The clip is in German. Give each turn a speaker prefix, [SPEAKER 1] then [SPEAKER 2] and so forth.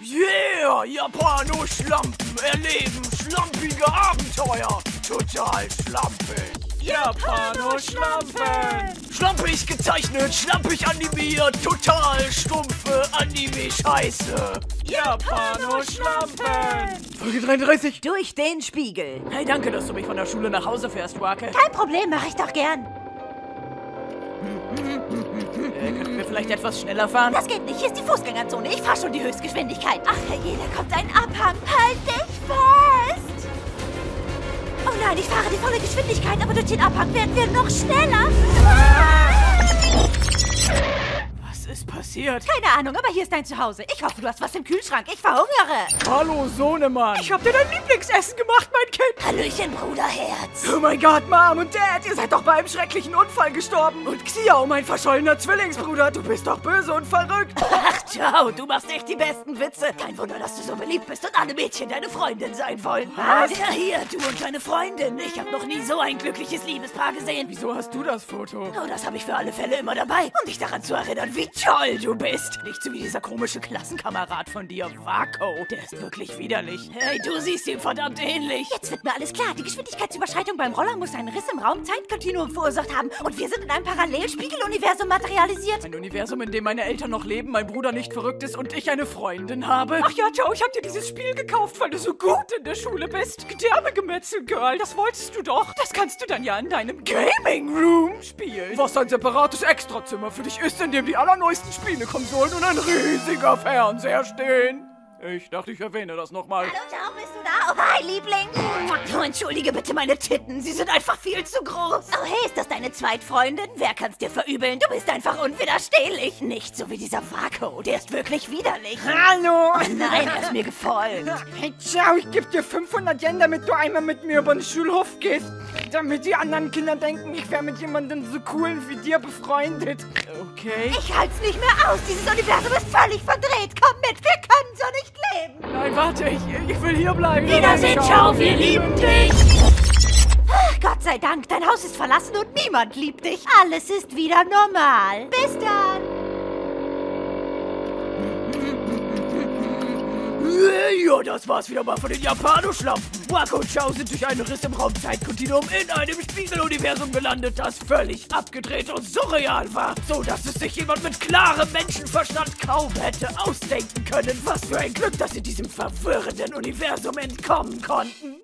[SPEAKER 1] Yeah, Japano-Schlampen erleben schlampige Abenteuer. Total schlampig.
[SPEAKER 2] Japano-Schlampen.
[SPEAKER 1] Schlampig gezeichnet, schlampig animiert, total stumpfe Anime-Scheiße.
[SPEAKER 2] Japano-Schlampen.
[SPEAKER 1] Folge 33.
[SPEAKER 3] Durch den Spiegel.
[SPEAKER 1] Hey, danke, dass du mich von der Schule nach Hause fährst, Äh, Wake.
[SPEAKER 3] Kein Problem, mache ich doch gern.
[SPEAKER 1] Äh, können wir vielleicht etwas schneller fahren?
[SPEAKER 3] Das geht nicht, hier ist die Fußgängerzone. Ich fahre schon die Höchstgeschwindigkeit. Ach, herrje, da kommt ein Abhang. Halt dich fest. Oh nein, ich fahre die volle Geschwindigkeit, aber durch den Abhang werden wir noch schneller. Ah!
[SPEAKER 1] Was ist passiert?
[SPEAKER 3] Keine Ahnung, aber hier ist dein Zuhause. Ich hoffe, du hast was im Kühlschrank. Ich verhungere.
[SPEAKER 1] Hallo, Sohnemann.
[SPEAKER 2] Ich hab dir dein Lieblingsessen gemacht, mein Kind.
[SPEAKER 3] Hallöchen, Bruderherz.
[SPEAKER 2] Oh mein Gott, Mom und Dad, ihr seid doch bei einem schrecklichen Unfall gestorben. Und Xiao, mein verschollener Zwillingsbruder, du bist doch böse und verrückt.
[SPEAKER 3] Ach, ciao, du machst echt die besten Witze. Kein Wunder, dass du so beliebt bist und alle Mädchen deine Freundin sein wollen. Ah,
[SPEAKER 2] Was?
[SPEAKER 3] Ja, hier, du und deine Freundin. Ich habe noch nie so ein glückliches Liebespaar gesehen.
[SPEAKER 1] Wieso hast du das Foto?
[SPEAKER 3] Oh, das habe ich für alle Fälle immer dabei, um dich daran zu erinnern, wie toll du bist.
[SPEAKER 1] Nicht so wie dieser komische Klassenkamerad von dir, Wako. Der ist wirklich widerlich.
[SPEAKER 3] Hey, du siehst ihm verdammt ähnlich. Jetzt wird mir alles klar. Die Geschwindigkeitsüberschreitung beim Roller muss einen Riss im Raum-Zeitkontinuum verursacht haben. Und wir sind in einem Parallelspiegeluniversum materialisiert.
[SPEAKER 1] Ein Universum, in dem meine Eltern noch leben, mein Bruder nicht verrückt ist und ich eine Freundin habe.
[SPEAKER 2] Ach ja, Joe, ich hab dir dieses Spiel gekauft, weil du so gut in der Schule bist. Gederbegemetzel, Girl, das wolltest du doch. Das kannst du dann ja in deinem Gaming Room spielen.
[SPEAKER 1] Was ein separates Extrazimmer für dich ist, in dem die allerneuesten Spielekonsolen und ein riesiger Fernseher stehen. Ich dachte, ich erwähne das nochmal.
[SPEAKER 3] Hallo, Ciao, bist du da? Oh, hi, Liebling. Oh, entschuldige bitte meine Titten. Sie sind einfach viel zu groß. Oh, hey, ist das deine Zweitfreundin? Wer kann's dir verübeln? Du bist einfach unwiderstehlich. Nicht so wie dieser Vako. Der ist wirklich widerlich. Oh
[SPEAKER 2] Hallo.
[SPEAKER 3] Nein, er ist mir gefolgt.
[SPEAKER 2] Hey, Ciao, ich geb dir 500 Yen, damit du einmal mit mir über den Schulhof gehst. Damit die anderen Kinder denken, ich wäre mit jemandem so cool wie dir befreundet.
[SPEAKER 1] Okay.
[SPEAKER 3] Ich halt's nicht mehr aus. Dieses Universum ist völlig verdreht. Komm mit, wir können so nicht leben.
[SPEAKER 1] Nein, warte, ich, ich will hier bleiben.
[SPEAKER 3] dich. Ah, Gott sei Dank, dein Haus ist verlassen und niemand liebt dich. Alles ist wieder normal. Bis dann.
[SPEAKER 1] Ja, das war's wieder mal von den Japanoschlampen. Wako und Chao sind durch einen Riss im Raumzeitkontinuum in einem Spiegeluniversum gelandet, das völlig abgedreht und surreal war. So, dass es sich jemand mit klarem Menschenverstand kaum hätte ausdenken können. Was für ein Glück, dass sie diesem verwirrenden Universum entkommen konnten.